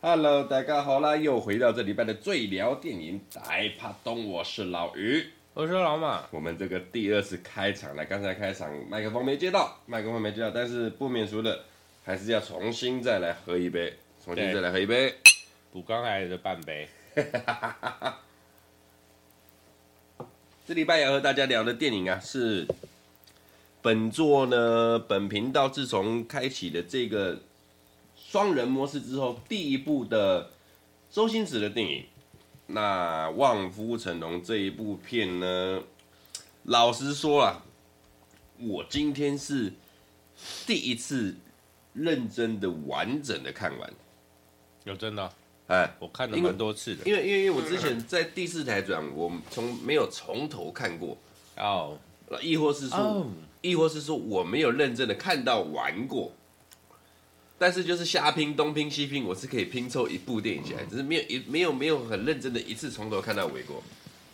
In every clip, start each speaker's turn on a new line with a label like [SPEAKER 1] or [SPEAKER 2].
[SPEAKER 1] Hello，大家好啦，又回到这礼拜的最聊电影白帕东，我是老于。
[SPEAKER 2] 我说老马，
[SPEAKER 1] 我们这个第二次开场了，刚才开场麦克风没接到，麦克风没接到，但是不免俗的，还是要重新再来喝一杯，重新
[SPEAKER 2] 对
[SPEAKER 1] 再来喝一杯。
[SPEAKER 2] 补刚才的半杯，
[SPEAKER 1] 这礼拜要和大家聊的电影啊，是本作呢，本频道自从开启了这个双人模式之后，第一部的周星驰的电影。那《望夫成龙》这一部片呢，老实说啊，我今天是第一次认真的、完整的看完，
[SPEAKER 2] 有真的哦、
[SPEAKER 1] 哎，
[SPEAKER 2] 我看了
[SPEAKER 1] 因为
[SPEAKER 2] 蛮多次的
[SPEAKER 1] 因为因为因为我之前在第四台转，我从没有从头看过，
[SPEAKER 2] 哦
[SPEAKER 1] 亦或是说
[SPEAKER 2] 哦，
[SPEAKER 1] 亦或是说我没有认真的看到玩过，但是就是瞎拼东拼西拼，我是可以拼凑一部电影起来，只是没有一没有没有很认真的一次从头看到尾过。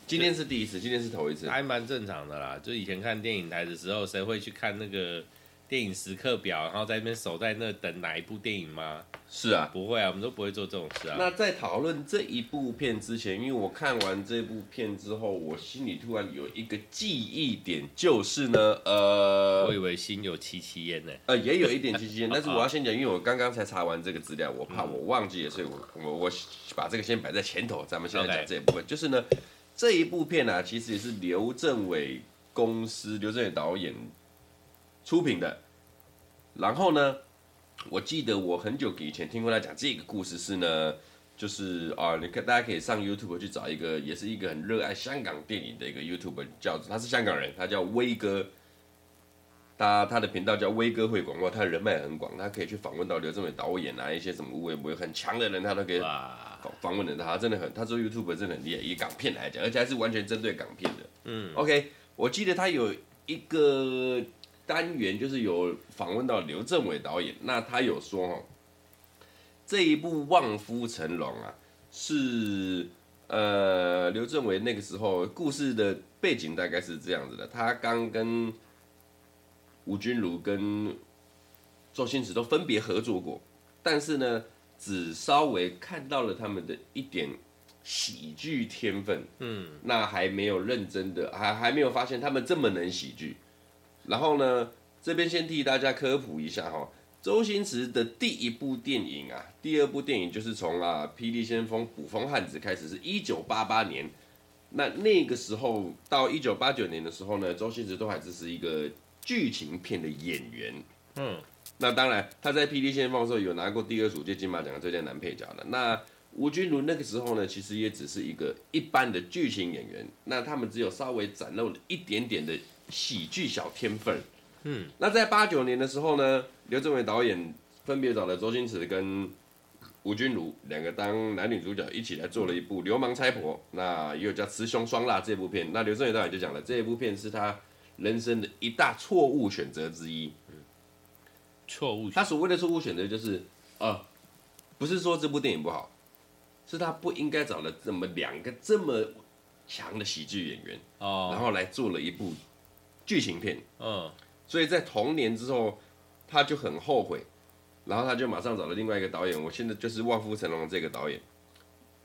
[SPEAKER 1] 今天是第一次，今天是头一次。
[SPEAKER 2] 还蛮正常的啦。就以前看电影台的时候，谁会去看那个电影时刻表，然后在那边守在那等哪一部电影吗？
[SPEAKER 1] 是啊，
[SPEAKER 2] 不会啊，我们都不会做这种事啊。
[SPEAKER 1] 那在讨论这一部片之前，因为我看完这部片之后，我心里突然有一个记忆点，就是呢，
[SPEAKER 2] 我
[SPEAKER 1] 呃
[SPEAKER 2] 以为心有戚戚焉呢，
[SPEAKER 1] 呃，也有一点期间，但是我要先讲，因为我刚刚才查完这个资料，我怕我忘记了，所以我我我把这个先摆在前头，咱们现在讲
[SPEAKER 2] OK
[SPEAKER 1] 这一部分。就是呢，这一部片啊，其实也是刘镇伟公司刘镇伟导演出品的。然后呢，我记得我很久以前听过他讲这个故事是呢，就是啊，你看大家可以上 YouTube 去找一个，也是一个很热爱香港电影的一个 YouTube，叫他是香港人，他叫威哥。他他的频道叫威哥会广告，他的人脉很广，他可以去访问到刘镇伟导演啊，一些什么无为不为很强的人，他都可以
[SPEAKER 2] 哇，
[SPEAKER 1] 访访问的他，真的很，他做 YouTube 真的很厉害，以港片来讲，而且还是完全针对港片的。嗯，OK，我记得他有一个单元就是有访问到刘镇伟导演，那他有说哦，这一部《望夫成龙》啊，是呃刘镇伟那个时候故事的背景大概是这样子的，他刚跟吴君如跟周星驰都分别合作过，但是呢，只稍微看到了他们的一点喜剧天分，嗯，那还没有认真的，还还没有发现他们这么能喜剧。然后呢，这边先替大家科普一下哈，周星驰的第一部电影啊，第二部电影就是从啊《霹雳先锋》《捕风汉子》开始，是一九八八年。那那个时候到一九八九年的时候呢，周星驰都还只是一个剧情片的演员，
[SPEAKER 2] 嗯
[SPEAKER 1] 那当然，他在《霹雳先锋》的时候有拿过第二十五届金马奖的最佳男配角的。那吴君如那个时候呢，其实也只是一个一般的剧情演员，那他们只有稍微展露了一点点的喜剧小天分。嗯，那在八九年的时候呢，刘镇伟导演分别找了周星驰跟吴君如两个当男女主角一起来做了一部《流氓差婆》，那也有叫《雌雄双辣》这部片。那刘镇伟导演就讲了，这一部片是他人生的一大错误选择之一。
[SPEAKER 2] 错误
[SPEAKER 1] 他所谓的错误选择就是，呃，不是说这部电影不好，是他不应该找了这么两个这么强的喜剧演员，然
[SPEAKER 2] 哦，
[SPEAKER 1] 后来做了一部剧情片。
[SPEAKER 2] 嗯，
[SPEAKER 1] 所以在同年之后，他就很后悔，然后他就马上找了另外一个导演，我现在就是《望夫成龙》这个导演，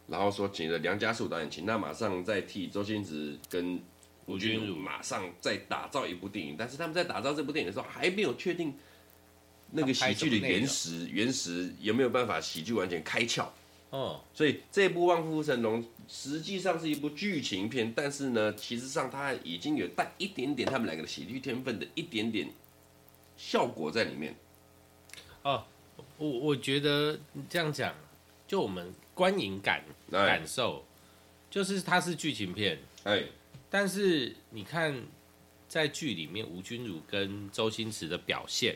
[SPEAKER 1] 然后说请了梁家树导演，请他马上再替周星驰跟吴君如马上再打造一部电影，但是他们在打造这部电影的时候还没有确定那个喜剧的原石原石有没有办法喜剧完全开窍。
[SPEAKER 2] 哦，
[SPEAKER 1] 所以这部《望夫成龙》实际上是一部剧情片，但是呢，其实上它已经有带一点点他们两个的喜剧天分的一点点效果在里面。
[SPEAKER 2] 哦我我觉得这样讲，就我们观影感
[SPEAKER 1] 哎
[SPEAKER 2] 感受，就是它是剧情片，
[SPEAKER 1] 哎，
[SPEAKER 2] 但是你看，在剧里面，吴君如跟周星驰的表现，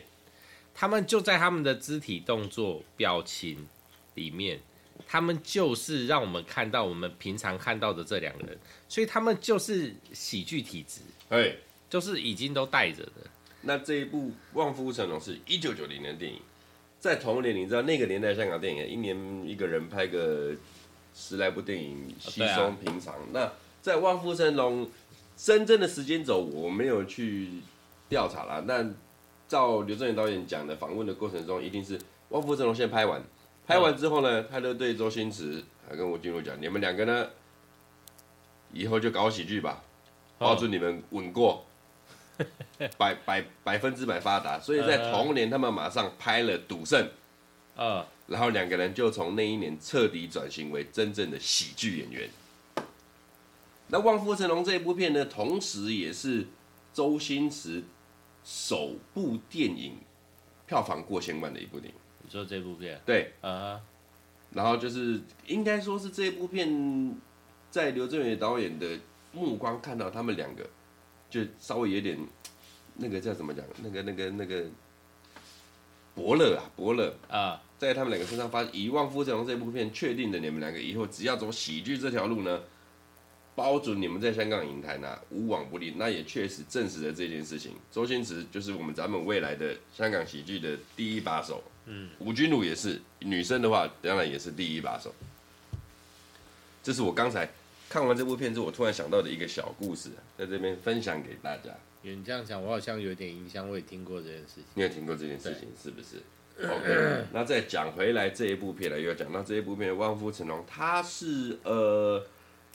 [SPEAKER 2] 他们就在他们的肢体动作、表情里面，他们就是让我们看到我们平常看到的这两个人，所以他们就是喜剧体质，
[SPEAKER 1] 哎，
[SPEAKER 2] 就是已经都带着的。
[SPEAKER 1] 那这一部《望夫成龙》是一九九零年的电影，在同一年龄，你知道那个年代香港电影一年一个人拍个十来部电影，稀
[SPEAKER 2] 对啊
[SPEAKER 1] 松平常。那在《望夫成龙》真正的时间轴，我没有去调查啦。那照刘震云导演讲的访问的过程中，一定是《望夫成龙》先拍完，拍完之后呢，他就对周星驰还跟吴君如讲：“你们两个呢，以后就搞喜剧吧，
[SPEAKER 2] 嗯
[SPEAKER 1] 保准你们稳过，百百百分之百发达。”所以在
[SPEAKER 2] 呃
[SPEAKER 1] 同年，他们马上拍了《赌圣》，
[SPEAKER 2] 呃，
[SPEAKER 1] 然后两个人就从那一年彻底转型为真正的喜剧演员。那《望夫成龙》这一部片呢，同时也是周星驰首部电影票房过千万的一部电影。
[SPEAKER 2] 你说这部片，
[SPEAKER 1] 对，
[SPEAKER 2] 呃，
[SPEAKER 1] 然后就是应该说是这部片，在刘镇伟导演的目光看到他们两个，就稍微有点那个叫怎么讲，那个那个那个伯乐啊，伯乐
[SPEAKER 2] 啊、
[SPEAKER 1] 在他们两个身上发现，《遗忘夫成龙》这部片确定了你们两个以后只要走喜剧这条路呢，包准你们在香港影坛啊无往不利。那也确实证实了这件事情。周星驰就是我们咱们未来的香港喜剧的第一把手，嗯，吴君如也是，女生的话当然也是第一把手。这是我刚才看完这部片之后，我突然想到的一个小故事，在这边分享给大家。
[SPEAKER 2] 有你这样讲，我好像有点印象，我也听过这件事情。
[SPEAKER 1] 你有听过这件事情是不是？OK，那再讲回来这一部片呢，又要讲到这一部片《望夫成龙》，它是呃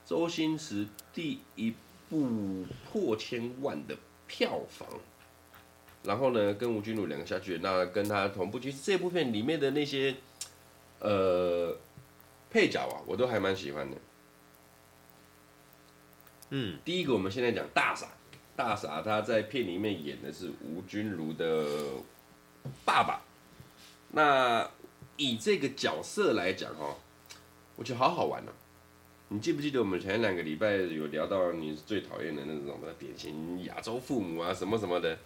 [SPEAKER 1] 周星驰第一部破千万的票房，然后呢跟吴君如两个下去，那跟他同步。其实这部片里面的那些呃配角啊，我都还蛮喜欢的。
[SPEAKER 2] 嗯，
[SPEAKER 1] 第一个我们现在讲大傻，大傻他在片里面演的是吴君如的爸爸。那以这个角色来讲哦，我觉得好好玩哦。你记不记得我们前两个礼拜有聊到你最讨厌的那种的典型亚洲父母啊什么什么的？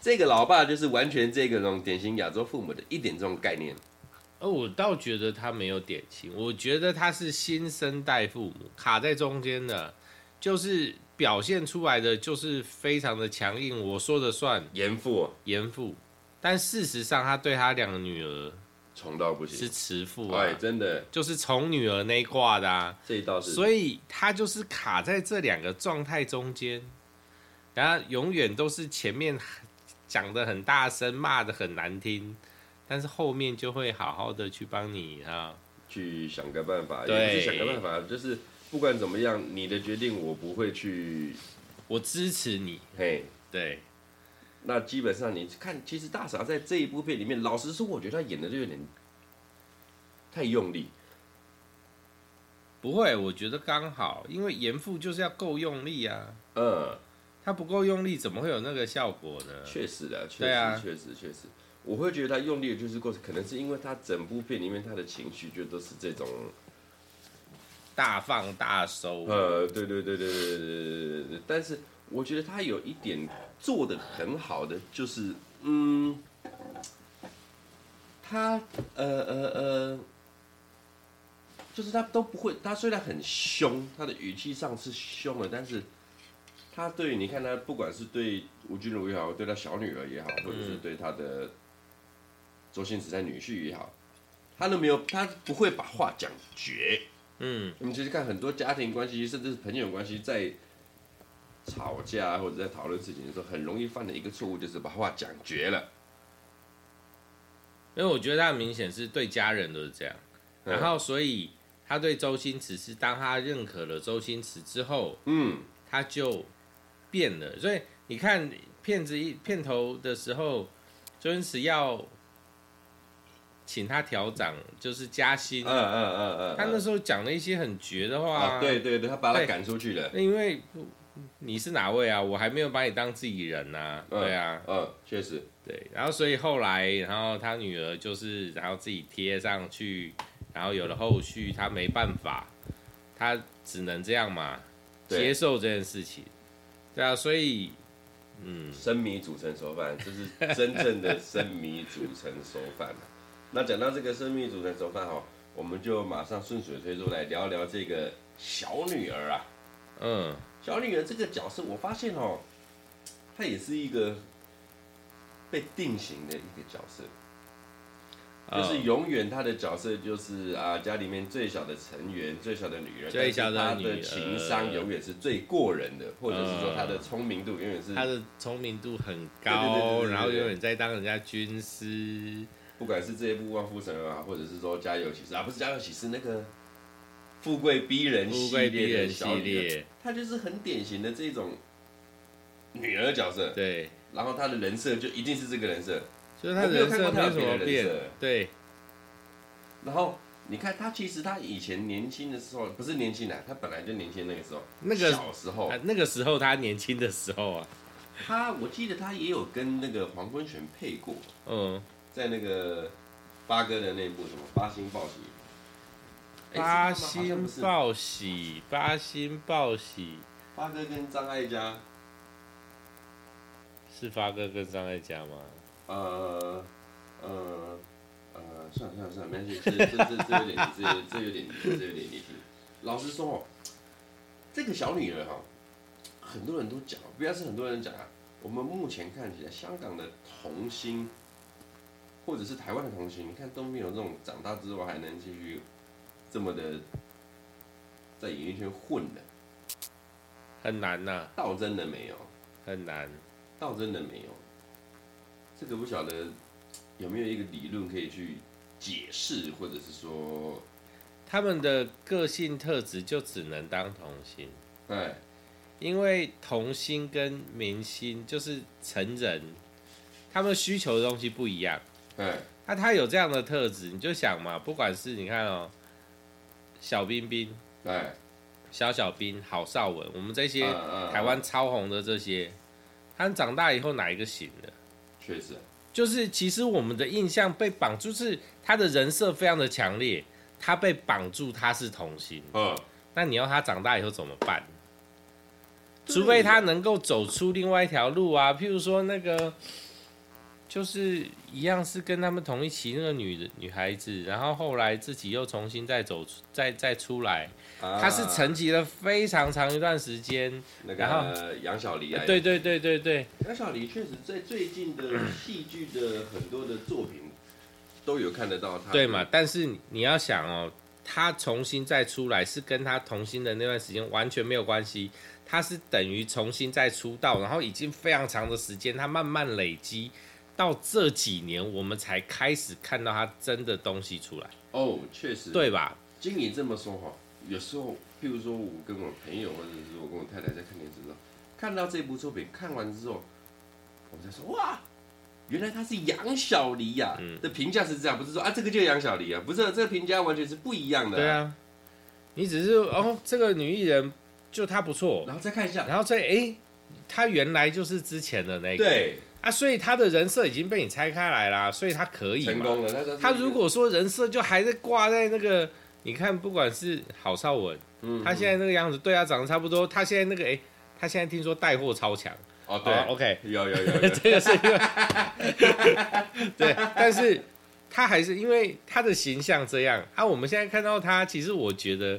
[SPEAKER 1] 这个老爸就是完全这个那种典型亚洲父母的一点这种概念。
[SPEAKER 2] 而呃我倒觉得他没有典型，我觉得他是新生代父母卡在中间的，就是表现出来的就是非常的强硬，我说的算，
[SPEAKER 1] 严父哦
[SPEAKER 2] 严父。但事实上，他对他两个女儿
[SPEAKER 1] 宠到不
[SPEAKER 2] 是
[SPEAKER 1] 行，
[SPEAKER 2] 慈父啊
[SPEAKER 1] 哎，，真的
[SPEAKER 2] 就是宠女儿那一挂的啊。
[SPEAKER 1] 这一道是。
[SPEAKER 2] 所以他就是卡在这两个状态中间，然后永远都是前面讲的很大声，骂的很难听，但是后面就会好好的去帮你啊。
[SPEAKER 1] 去想个办法，也
[SPEAKER 2] 对
[SPEAKER 1] 不是想个办法，就是不管怎么样，你的决定我不会去
[SPEAKER 2] 我支持你，
[SPEAKER 1] 嘿。
[SPEAKER 2] 对，
[SPEAKER 1] 那基本上你看，其实大傻在这一部片里面，老实说，我觉得他演的就有点太用力。
[SPEAKER 2] 不会，我觉得刚好，因为严父就是要够用力啊，
[SPEAKER 1] 嗯，
[SPEAKER 2] 他不够用力怎么会有那个效果呢？
[SPEAKER 1] 确实的，确
[SPEAKER 2] 对啊
[SPEAKER 1] 实，确实，确实，我会觉得他用力的就是过程，可能是因为他整部片里面他的情绪就都是这种，
[SPEAKER 2] 大放大收，
[SPEAKER 1] 呃，对对对对对对对对对对对。但是我觉得他有一点做的很好的，就是嗯，他呃呃呃，就是他都不会，他虽然很凶，他的语气上是凶的，但是他对你看他不管是对吴君如也好，对他小女儿也好，或者是对他的周星驰在女婿也好，他都没有，他不会把话讲绝。
[SPEAKER 2] 嗯，
[SPEAKER 1] 我们其实看很多家庭关系，甚至是朋友关系，在吵架或者在讨论事情的时候，很容易犯的一个错误就是把话讲绝了。
[SPEAKER 2] 因为我觉得他很明显是对家人都是这样，
[SPEAKER 1] 嗯
[SPEAKER 2] 然后所以他对周星驰是当他认可了周星驰之后，
[SPEAKER 1] 嗯，
[SPEAKER 2] 他就变了。所以你看片子一片头的时候，周星驰要请他调涨，就是加薪。
[SPEAKER 1] 嗯嗯嗯嗯，
[SPEAKER 2] 他那时候讲了一些很绝的话、
[SPEAKER 1] 啊，对，对对，他把他
[SPEAKER 2] 对
[SPEAKER 1] 赶出去了。
[SPEAKER 2] 那因为你是哪位啊？我还没有把你当自己人呐、
[SPEAKER 1] 嗯
[SPEAKER 2] 对啊，
[SPEAKER 1] 嗯，确实，
[SPEAKER 2] 对。然后所以后来，然后他女儿就是然后自己贴上去，然后有了后续，他没办法，他只能这样嘛，接
[SPEAKER 1] 对，
[SPEAKER 2] 受这件事情。对啊，所以
[SPEAKER 1] 生米煮成熟饭，这是真正的生米煮成熟饭啊那讲到这个生米煮成熟饭哦，我们就马上顺水推舟来聊聊这个小女儿啊。
[SPEAKER 2] 嗯。
[SPEAKER 1] 小女儿这个角色，我发现哦，她也是一个被定型的一个角色。
[SPEAKER 2] 啊
[SPEAKER 1] 就是永远他的角色就是啊，家里面最小的成员、最小的女人，
[SPEAKER 2] 最小的
[SPEAKER 1] 但是他
[SPEAKER 2] 女
[SPEAKER 1] 的
[SPEAKER 2] 儿呃
[SPEAKER 1] 情商永远是最过人的，或者是说他的聪明度永远是
[SPEAKER 2] 他的聪明度很
[SPEAKER 1] 对对对对
[SPEAKER 2] 高，
[SPEAKER 1] 对
[SPEAKER 2] 然后永远在当人家军师。
[SPEAKER 1] 不管是这一部《望夫神儿》啊，或者是说《家有喜事》啊，不是《家有喜事》那个《富贵逼人》
[SPEAKER 2] 富
[SPEAKER 1] 系
[SPEAKER 2] 贵逼
[SPEAKER 1] 列
[SPEAKER 2] 人
[SPEAKER 1] 的
[SPEAKER 2] 系
[SPEAKER 1] 小女儿，
[SPEAKER 2] 列，
[SPEAKER 1] 她就是很典型的这种女儿角色，
[SPEAKER 2] 对，
[SPEAKER 1] 然后她的人设就一定是这个人设，
[SPEAKER 2] 就是他的人设没有什么变，对，
[SPEAKER 1] 然后。你看她其实她以前年轻的时候，不是年轻的、她本来就年轻那个时候，
[SPEAKER 2] 那个
[SPEAKER 1] 小时候
[SPEAKER 2] 啊，那个时候他年轻的时候啊，
[SPEAKER 1] 她我记得她也有跟那个黄昏泉配过，
[SPEAKER 2] 嗯，
[SPEAKER 1] 在那个八哥的那部什么《八星报喜》哎，
[SPEAKER 2] 八
[SPEAKER 1] 是吗好像
[SPEAKER 2] 星
[SPEAKER 1] 不是
[SPEAKER 2] 报喜，八星报喜
[SPEAKER 1] 八哥跟张艾嘉，
[SPEAKER 2] 是发哥跟张艾嘉吗？
[SPEAKER 1] 呃呃呃，算了算了算了，没关系，这这这这有点这这有点这有点离题。老实说哦，这个小女儿哈、很多人都讲，不要是很多人讲啊，我们目前看起来香港的童星，或者是台湾的童星，你看都没有这种长大之后还能继续这么的在演艺圈混的，
[SPEAKER 2] 很难呐、
[SPEAKER 1] 倒真的没有。
[SPEAKER 2] 很难。
[SPEAKER 1] 倒真的没有，这个不晓得有没有一个理论可以去解释，或者是说，
[SPEAKER 2] 他们的个性特质就只能当童星，
[SPEAKER 1] 哎，
[SPEAKER 2] 因为童星跟明星就是成人，他们需求的东西不一样。
[SPEAKER 1] 哎，
[SPEAKER 2] 那他有这样的特质，你就想嘛，不管是你看哦，小冰冰、
[SPEAKER 1] 哎，
[SPEAKER 2] 小小冰、郝邵文，我们这些
[SPEAKER 1] 嗯嗯
[SPEAKER 2] 台湾超红的这些，他们长大以后哪一个行的？
[SPEAKER 1] 确实，
[SPEAKER 2] 就是其实我们的印象被绑住，就是他的人设非常的强烈，他被绑住他是童星，
[SPEAKER 1] 嗯，
[SPEAKER 2] 那你要他长大以后怎么办？除非他能够走出另外一条路啊，譬如说那个，就是一样是跟他们同一期那个女的女孩子，然后后来自己又重新再走出再再出来，
[SPEAKER 1] 他
[SPEAKER 2] 她是沉寂了非常长一段时间。
[SPEAKER 1] 啊那
[SPEAKER 2] 然后呃
[SPEAKER 1] 个杨小黎啊，
[SPEAKER 2] 对，对对对对，
[SPEAKER 1] 杨小黎确实在最近的戏剧的很多的作品都有看得到他，
[SPEAKER 2] 对嘛？？但是你要想哦，他重新再出来是跟他童星的那段时间完全没有关系，他是等于重新再出道，然后已经非常长的时间，他慢慢累积到这几年，我们才开始看到他真的东西出来，
[SPEAKER 1] 哦，确实，
[SPEAKER 2] 对吧？
[SPEAKER 1] 经你这么说哈，有时候，譬如说我跟我朋友，或者是我跟我太太在看电视的时候，看到这部作品，看完之后，我们在说哇，原来他是杨小黎呀、的评价是这样，不是说啊这个就是杨小黎啊，不是，这个评价完全是不一样的、
[SPEAKER 2] 对，啊，你只是哦，这个女艺人就她不错，
[SPEAKER 1] 然后再看一下，
[SPEAKER 2] 然后再诶，她原来就是之前的那个，
[SPEAKER 1] 对，
[SPEAKER 2] 啊，所以她的人设已经被你拆开来啦，所以她可以嘛
[SPEAKER 1] 成功了。他
[SPEAKER 2] 他如果说人设就还在挂在那个，你看不管是郝邵文，
[SPEAKER 1] 嗯
[SPEAKER 2] 他现在那个样子，对他啊长得差不多，他现在那个哎、他现在听说带货超强，
[SPEAKER 1] 哦对、
[SPEAKER 2] 哦，OK，
[SPEAKER 1] 有有有有
[SPEAKER 2] 这个是因为 对，但是他还是因为他的形象这样啊，我们现在看到他，其实我觉得。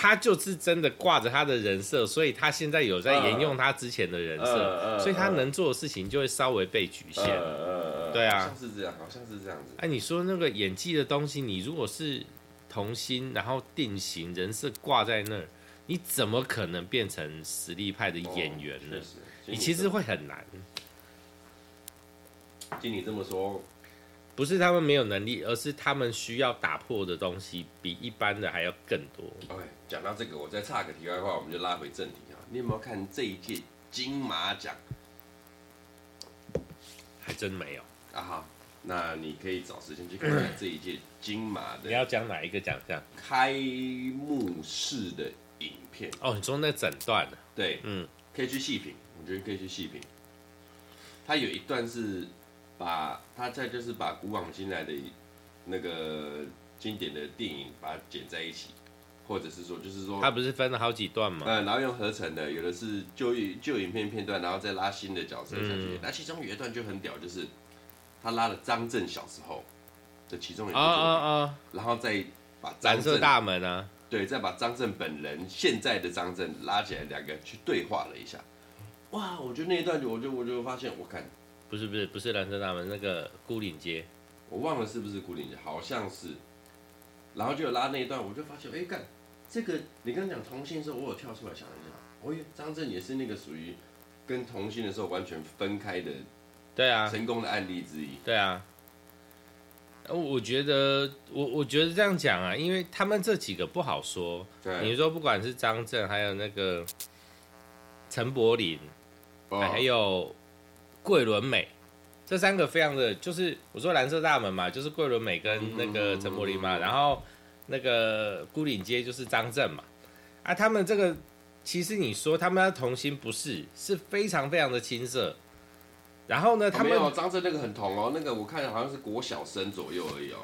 [SPEAKER 2] 他就是真的挂着他的人设，所以他现在有在沿用他之前的人
[SPEAKER 1] 嗯
[SPEAKER 2] 设，所以他能做的事情就会稍微被局限。
[SPEAKER 1] 呃
[SPEAKER 2] 对啊
[SPEAKER 1] 好像是这样，好像是这样子。
[SPEAKER 2] 哎、你说那个演技的东西，你如果是童星，然后定型人设挂在那儿，你怎么可能变成实力派的演员呢？
[SPEAKER 1] 哦确实
[SPEAKER 2] 你其实会很难，
[SPEAKER 1] 经你这么说，
[SPEAKER 2] 不是他们没有能力，而是他们需要打破的东西比一般的还要更多。
[SPEAKER 1] OK，讲到这个，我再插个题外话，我们就拉回正题啊。你有没有看这一届金马奖
[SPEAKER 2] 还真没有。
[SPEAKER 1] 啊？哈，那你可以找时间去看看这一届金马
[SPEAKER 2] 你
[SPEAKER 1] 的
[SPEAKER 2] 要讲哪一个奖项？
[SPEAKER 1] 开幕式的影片，
[SPEAKER 2] 哦，你说那整段啊
[SPEAKER 1] 对，
[SPEAKER 2] 嗯，
[SPEAKER 1] 可以去细品，我觉得可以去细品。他有一段是把他在就是把古往今来的一那个经典的电影把它剪在一起，或者是说就是说
[SPEAKER 2] 它不是分了好几段吗？
[SPEAKER 1] 呃，然后用合成的，有的是旧影旧影片片段，然后再拉新的角色下去。
[SPEAKER 2] 嗯
[SPEAKER 1] 那其中有一段就很屌，就是他拉了张震小时候的其中一个
[SPEAKER 2] 啊
[SPEAKER 1] 作品，
[SPEAKER 2] 啊啊！
[SPEAKER 1] 然后再把呃张
[SPEAKER 2] 蓝色
[SPEAKER 1] 震
[SPEAKER 2] 大门啊，
[SPEAKER 1] 对，再把张震本人现在的张震拉起来，两个去对话了一下。哇，我觉得那一段就我就我就发现，我看
[SPEAKER 2] 不是不是不是蓝色大门，那个孤岭街。
[SPEAKER 1] 我忘了是不是古典剧，好像是。然后就有拉那一段，我就发现，哎，干这个你刚刚讲同性的时候，我有跳出来想一下，哦耶，张震也是那个属于跟同性的时候完全分开的
[SPEAKER 2] 对啊，
[SPEAKER 1] 成功的案例之一。
[SPEAKER 2] 对啊。呃我觉得，我我觉得这样讲啊，因为他们这几个不好说。你
[SPEAKER 1] 对，
[SPEAKER 2] 说不管是张震，还有那个陈柏霖，
[SPEAKER 1] 哦
[SPEAKER 2] 哎还有桂纶镁，这三个非常的，就是我说蓝色大门嘛，就是桂纶镁跟那个陈柏霖嘛，
[SPEAKER 1] 嗯
[SPEAKER 2] 然后那个孤岭街就是张震嘛，啊，他们这个其实你说他们要同心不是，是非常非常的青涩。然后呢，
[SPEAKER 1] 哦
[SPEAKER 2] 他
[SPEAKER 1] 没
[SPEAKER 2] 们
[SPEAKER 1] 有张震那个很同哦，那个我看好像是国小生左右而已哦，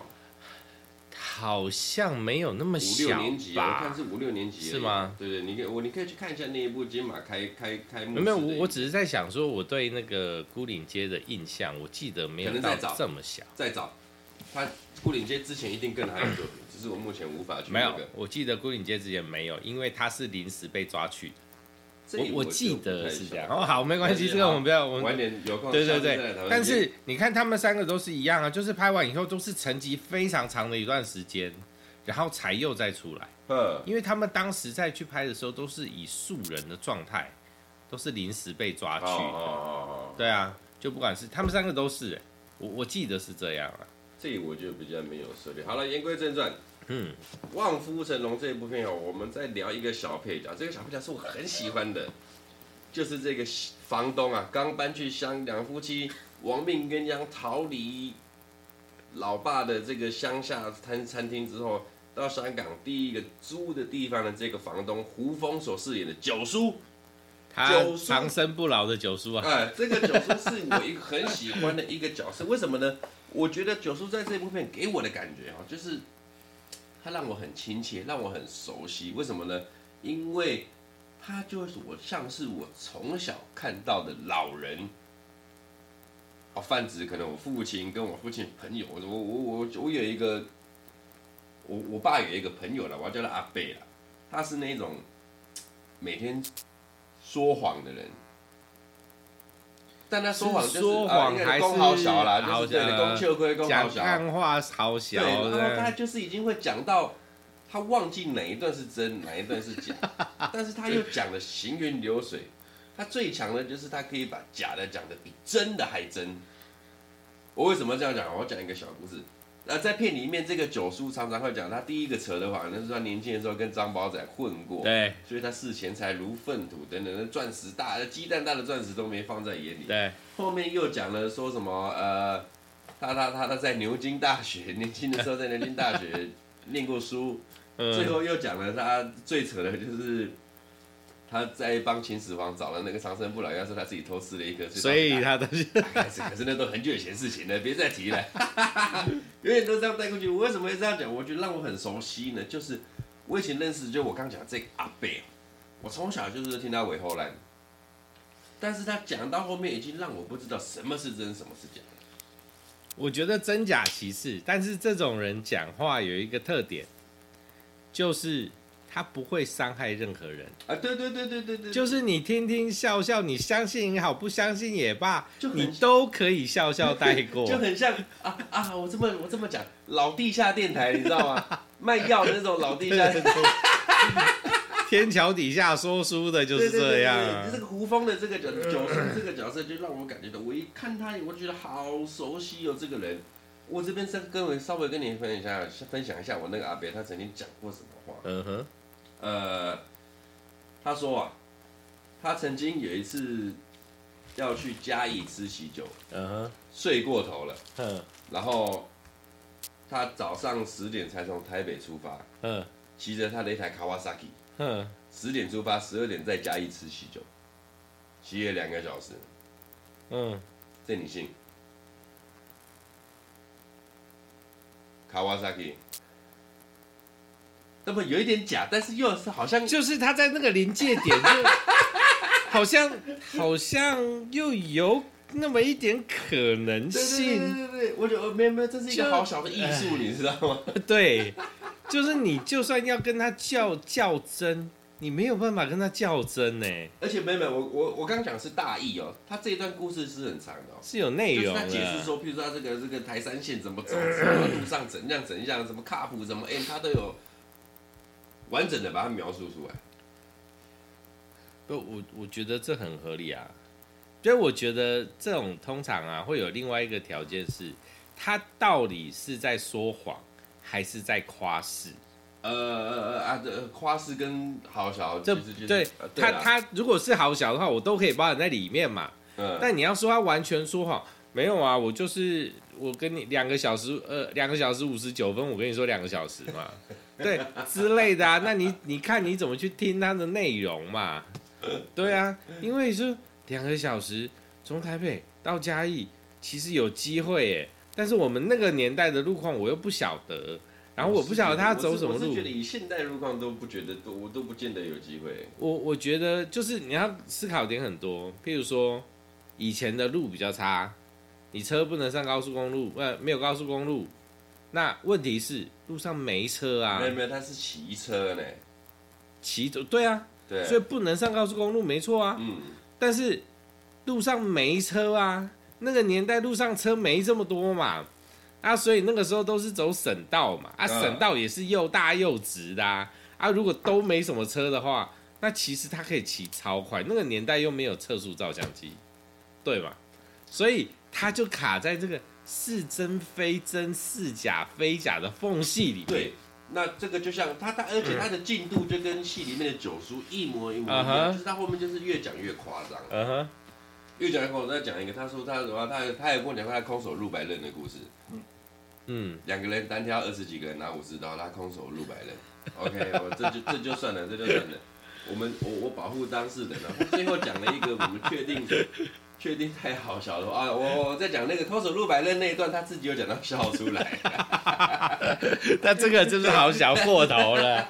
[SPEAKER 2] 好像没有那么
[SPEAKER 1] 五六
[SPEAKER 2] 小
[SPEAKER 1] 年级，我哦看
[SPEAKER 2] 吧？
[SPEAKER 1] 是五六年级而已
[SPEAKER 2] 是吗？
[SPEAKER 1] 对对，你可以我你可以去看一下那一部金马开开开幕式的影片。
[SPEAKER 2] 没有，我我只是在想说，我对那个孤岭街的印象，我记得没有
[SPEAKER 1] 可能
[SPEAKER 2] 到
[SPEAKER 1] 在找
[SPEAKER 2] 这么小，
[SPEAKER 1] 再找他顾岭街之前一定更还有作品，只是我目前无法去
[SPEAKER 2] 没
[SPEAKER 1] 那
[SPEAKER 2] 有
[SPEAKER 1] 个。，
[SPEAKER 2] 我记得孤岭街之前没有，因为他是临时被抓去的
[SPEAKER 1] 这
[SPEAKER 2] 我
[SPEAKER 1] 里
[SPEAKER 2] 我
[SPEAKER 1] 就
[SPEAKER 2] 记
[SPEAKER 1] 不
[SPEAKER 2] 得
[SPEAKER 1] 太啊
[SPEAKER 2] 是这
[SPEAKER 1] 晓
[SPEAKER 2] 样。
[SPEAKER 1] 得
[SPEAKER 2] 哦，好，没关系，
[SPEAKER 1] 对
[SPEAKER 2] 这个我们不要，我
[SPEAKER 1] 晚
[SPEAKER 2] 们
[SPEAKER 1] 点有空
[SPEAKER 2] 对对
[SPEAKER 1] 下次再来
[SPEAKER 2] 对
[SPEAKER 1] 讨。论
[SPEAKER 2] 但是你看他们三个都是一样啊，就是拍完以后都是沉寂非常长的一段时间，然后才又再出来，
[SPEAKER 1] 嗯，
[SPEAKER 2] 因为他们当时在去拍的时候都是以素人的状态，都是临时被抓去
[SPEAKER 1] 哦哦哦哦，
[SPEAKER 2] 对啊，就不管是他们三个都是、欸我我记得是这样啊。
[SPEAKER 1] 这里我就比较没有涉猎。好了，言归正传，
[SPEAKER 2] 嗯，
[SPEAKER 1] 《望夫成龙》这一部片哦，我们再聊一个小配角，这个小配角是我很喜欢的，就是这个房东啊，刚搬去乡，两夫妻亡命鸳鸯逃离老爸的这个乡下餐餐厅之后，到香港第一个租的地方的这个房东胡枫所饰演的九叔，
[SPEAKER 2] 他
[SPEAKER 1] 九叔
[SPEAKER 2] 长生不老的九叔啊，
[SPEAKER 1] 哎，这个九叔是我一个很喜欢的一个角色，为什么呢？我觉得九叔在这部片给我的感觉啊，就是他让我很亲切，让我很熟悉。为什么呢？因为他就是我像是我从小看到的老人。哦，泛指可能我父亲跟我父亲朋友，我我我我我有一个，我我爸有一个朋友了，我要叫他阿贝了，他是那种每天说谎的人，但他说谎就是
[SPEAKER 2] 是说
[SPEAKER 1] 啊
[SPEAKER 2] 谎
[SPEAKER 1] 你看
[SPEAKER 2] 还是
[SPEAKER 1] 功好小啦，就
[SPEAKER 2] 好
[SPEAKER 1] 是对你
[SPEAKER 2] 小
[SPEAKER 1] 功笑亏，功好
[SPEAKER 2] 讲
[SPEAKER 1] 小，
[SPEAKER 2] 看话好小
[SPEAKER 1] 对，然后他
[SPEAKER 2] 的，
[SPEAKER 1] 就是已经会讲到他忘记哪一段是真，哪一段是假，但是他又讲的行云流水。他最强的就是他可以把假的讲的比真的还真。我为什么这样讲？我要讲一个小故事。那在片里面，这个九叔常常会讲，他第一个扯的谎，那是他年轻的时候跟张宝仔混过，
[SPEAKER 2] 对
[SPEAKER 1] 所以他视钱财如粪土等等，那钻石大、鸡蛋大的钻石都没放在眼里。
[SPEAKER 2] 对，
[SPEAKER 1] 后面又讲了说什么呃，他他他他在牛津大学年轻的时候在牛津大 学念过书，最
[SPEAKER 2] 嗯，
[SPEAKER 1] 后又讲了他最扯的就是他在帮秦始皇找了那个长生不老药，说他自己偷吃了一颗，
[SPEAKER 2] 所以他都是
[SPEAKER 1] 大概是可是那都很久以前事情了，别再提了。 有点都这样带过去，我为什么会这样讲？我觉得让我很熟悉呢，就是我以前认识，就我刚讲这个阿贝，我从小就是听他尾后烂，但是他讲到后面已经让我不知道什么是真，什么是假。
[SPEAKER 2] 我觉得真假其次，但是这种人讲话有一个特点，就是他不会伤害任何人。
[SPEAKER 1] 啊，对对对对对对，
[SPEAKER 2] 就是你听听笑笑，你相信也好，不相信也罢
[SPEAKER 1] 就，很
[SPEAKER 2] 你都可以笑笑带 过。
[SPEAKER 1] 就很像啊啊！我这么我这么讲，老地下电台，你知道吗？卖药的那种老地下电台。
[SPEAKER 2] 天桥底下说书的就
[SPEAKER 1] 对
[SPEAKER 2] 是
[SPEAKER 1] 对对
[SPEAKER 2] 这
[SPEAKER 1] 对
[SPEAKER 2] 样
[SPEAKER 1] 对
[SPEAKER 2] 啊
[SPEAKER 1] 这。个胡枫的这个角角色，这个角色就让我感觉到，我一看他，我就觉得好熟悉哦，这个人。我这边再跟我稍微跟你分享一下，分享一下我那个阿伯他曾经讲过什么话。
[SPEAKER 2] 嗯哼，
[SPEAKER 1] 呃，他说啊，他曾经有一次要去嘉义吃喜酒，
[SPEAKER 2] 嗯哼，
[SPEAKER 1] 睡过头了，
[SPEAKER 2] 嗯
[SPEAKER 1] 然后他早上十点才从台北出发，
[SPEAKER 2] 嗯
[SPEAKER 1] 骑着他的一台 Kawasaki，
[SPEAKER 2] 嗯，
[SPEAKER 1] 十点出发，十二点在嘉义吃喜酒，骑了两个小时，
[SPEAKER 2] 嗯，
[SPEAKER 1] 这你信？Kawasaki，那么有一点假，但是又是好像
[SPEAKER 2] 就是他在那个临界点就，好像好像又有那么一点可
[SPEAKER 1] 对对对
[SPEAKER 2] 能性。
[SPEAKER 1] 对对对，我觉得没有没有，这是一个
[SPEAKER 2] 就
[SPEAKER 1] 好小的艺术，你知道吗？
[SPEAKER 2] 对，就是你就算要跟他较较真，你没有办法跟他较真呢，
[SPEAKER 1] 而且妹妹，我我我刚讲是大意哦，他这一段故事是很长的哦。
[SPEAKER 2] 是有内
[SPEAKER 1] 就是
[SPEAKER 2] 容
[SPEAKER 1] 他解释
[SPEAKER 2] 的。
[SPEAKER 1] 说，譬如说他这个这个台山线怎么走，什么路上怎样怎样，什么卡普怎么，哎、他都有完整的把它描述出来。
[SPEAKER 2] 不，我我觉得这很合理啊。所以我觉得这种通常啊，会有另外一个条件是，他到底是在说谎还是在夸饰？
[SPEAKER 1] 呃呃呃啊，这花式跟好小
[SPEAKER 2] 这
[SPEAKER 1] 其实就是
[SPEAKER 2] 对
[SPEAKER 1] 呃
[SPEAKER 2] 他
[SPEAKER 1] 啦
[SPEAKER 2] 他如果是好小的话，我都可以包含在里面嘛。
[SPEAKER 1] 嗯
[SPEAKER 2] 但你要说他完全说谎，没有啊，我就是我跟你两个小时，呃，两个小时五十九分，我跟你说两个小时嘛，对之类的啊。那你你看你怎么去听他的内容嘛？对啊，因为是两个小时从台北到嘉义，其实有机会耶，但是我们那个年代的路况我又不晓得，然后我不晓得他要走什么
[SPEAKER 1] 我是
[SPEAKER 2] 路
[SPEAKER 1] 觉。得以现代路况都不觉得，都我都不见得有机会。
[SPEAKER 2] 我我觉得就是你要思考点很多，譬如说以前的路比较差，你车不能上高速公路，呃，没有高速公路，那问题是路上没车啊
[SPEAKER 1] 没，有没有，他是骑车呢，
[SPEAKER 2] 骑走对啊，
[SPEAKER 1] 对，
[SPEAKER 2] 所以不能上高速公路，没错啊，
[SPEAKER 1] 嗯，
[SPEAKER 2] 但是路上没车啊，那个年代路上车没这么多嘛。啊，所以那个时候都是走省道嘛，啊，
[SPEAKER 1] 嗯
[SPEAKER 2] 省道也是又大又直的啊，啊，如果都没什么车的话，那其实他可以骑超快，那个年代又没有测速照相机，对嘛？所以他就卡在这个是真非真、是假非假的缝隙里面。
[SPEAKER 1] 对。那这个就像他他，而且他的进度就跟戏里面的九叔一模一模一
[SPEAKER 2] 啊
[SPEAKER 1] 样，
[SPEAKER 2] 哈
[SPEAKER 1] 就是他后面就是越讲越夸张。
[SPEAKER 2] 嗯哼，
[SPEAKER 1] 越讲越跟我再讲一个，他说他什么，他他也跟我讲过他空手入白刃的故事，
[SPEAKER 2] 嗯，
[SPEAKER 1] 两个人单挑二十几个人拿武士刀，他空手入白刃。OK，我这就这就算了，这就算了。我们我我保护当事人了、啊，最后讲了一个我们确定确定太好笑了啊！我我在讲那个空手入白刃那一段，他自己有讲到笑出来。
[SPEAKER 2] 那这个就是好小过头了。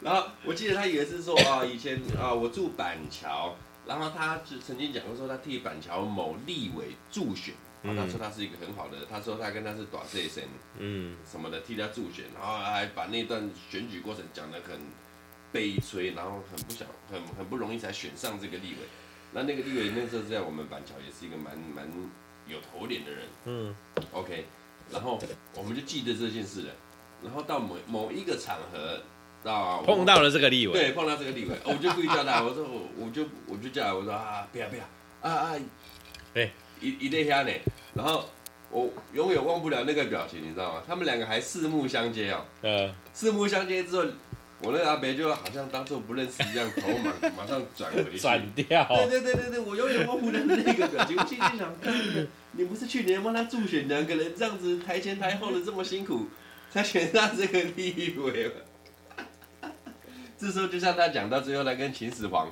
[SPEAKER 1] 然后我记得他有一次说啊，以前啊我住板桥，然后他就曾经讲过说他替板桥某立委助选，然后他说他是一个很好的，他说他跟他是短视生
[SPEAKER 2] 嗯，
[SPEAKER 1] 什么的替他助选，然后还把那段选举过程讲得很悲催，然后很不想很很不容易才选上这个立委。那那个立委那时候在我们板桥也是一个蛮蛮有头脸的人，
[SPEAKER 2] 嗯
[SPEAKER 1] ，OK，然后我们就记得这件事了，然后到某某一个场合，到
[SPEAKER 2] 碰到了这个立委，
[SPEAKER 1] 对，碰到这个立委，我就故意叫他， 我说我我就我就叫他，我说啊，不要不要啊啊，
[SPEAKER 2] 对，
[SPEAKER 1] 一一对下呢，然后我永远忘不了那个表情，你知道吗？他们两个还四目相接哦，
[SPEAKER 2] 呃，
[SPEAKER 1] 四目相接之后，我那个阿伯就好像当做不认识一样，头马马上转回去。
[SPEAKER 2] 转掉。
[SPEAKER 1] 对对对对对，我永远忘不了那个表情。我心里想，你不是去年帮他助选两个人这样子台前台后的这么辛苦，才选上这个立委吗？这时候就像他讲到最后，他跟秦始皇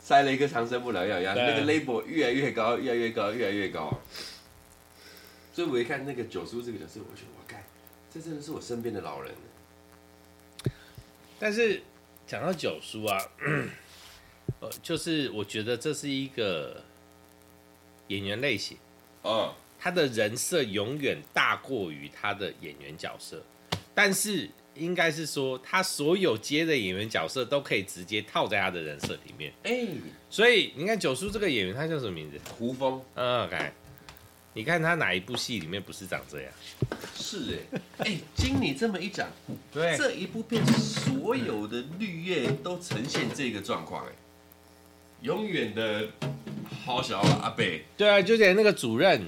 [SPEAKER 1] 塞了一个长生不老药一样，
[SPEAKER 2] 对
[SPEAKER 1] 那个 label 越来越高，越来越高，越来越高。所以我一看那个九叔这个角色，我觉得我该，这真的是我身边的老人。
[SPEAKER 2] 但是讲到九叔啊， 呃，就是我觉得这是一个演员类型，
[SPEAKER 1] 哦，
[SPEAKER 2] 他的人设永远大过于他的演员角色，但是应该是说他所有接的演员角色都可以直接套在他的人设里面。
[SPEAKER 1] 哎，
[SPEAKER 2] 所以你看九叔这个演员，他叫什么名字？
[SPEAKER 1] 胡风
[SPEAKER 2] 嗯，OK，你看他哪一部戏里面不是长这样？
[SPEAKER 1] 是哎，哎，经你这么一讲，
[SPEAKER 2] 对
[SPEAKER 1] 这一部片所有的绿叶都呈现这个状况，哎，永远的好小阿贝
[SPEAKER 2] 对啊，就连那个主任，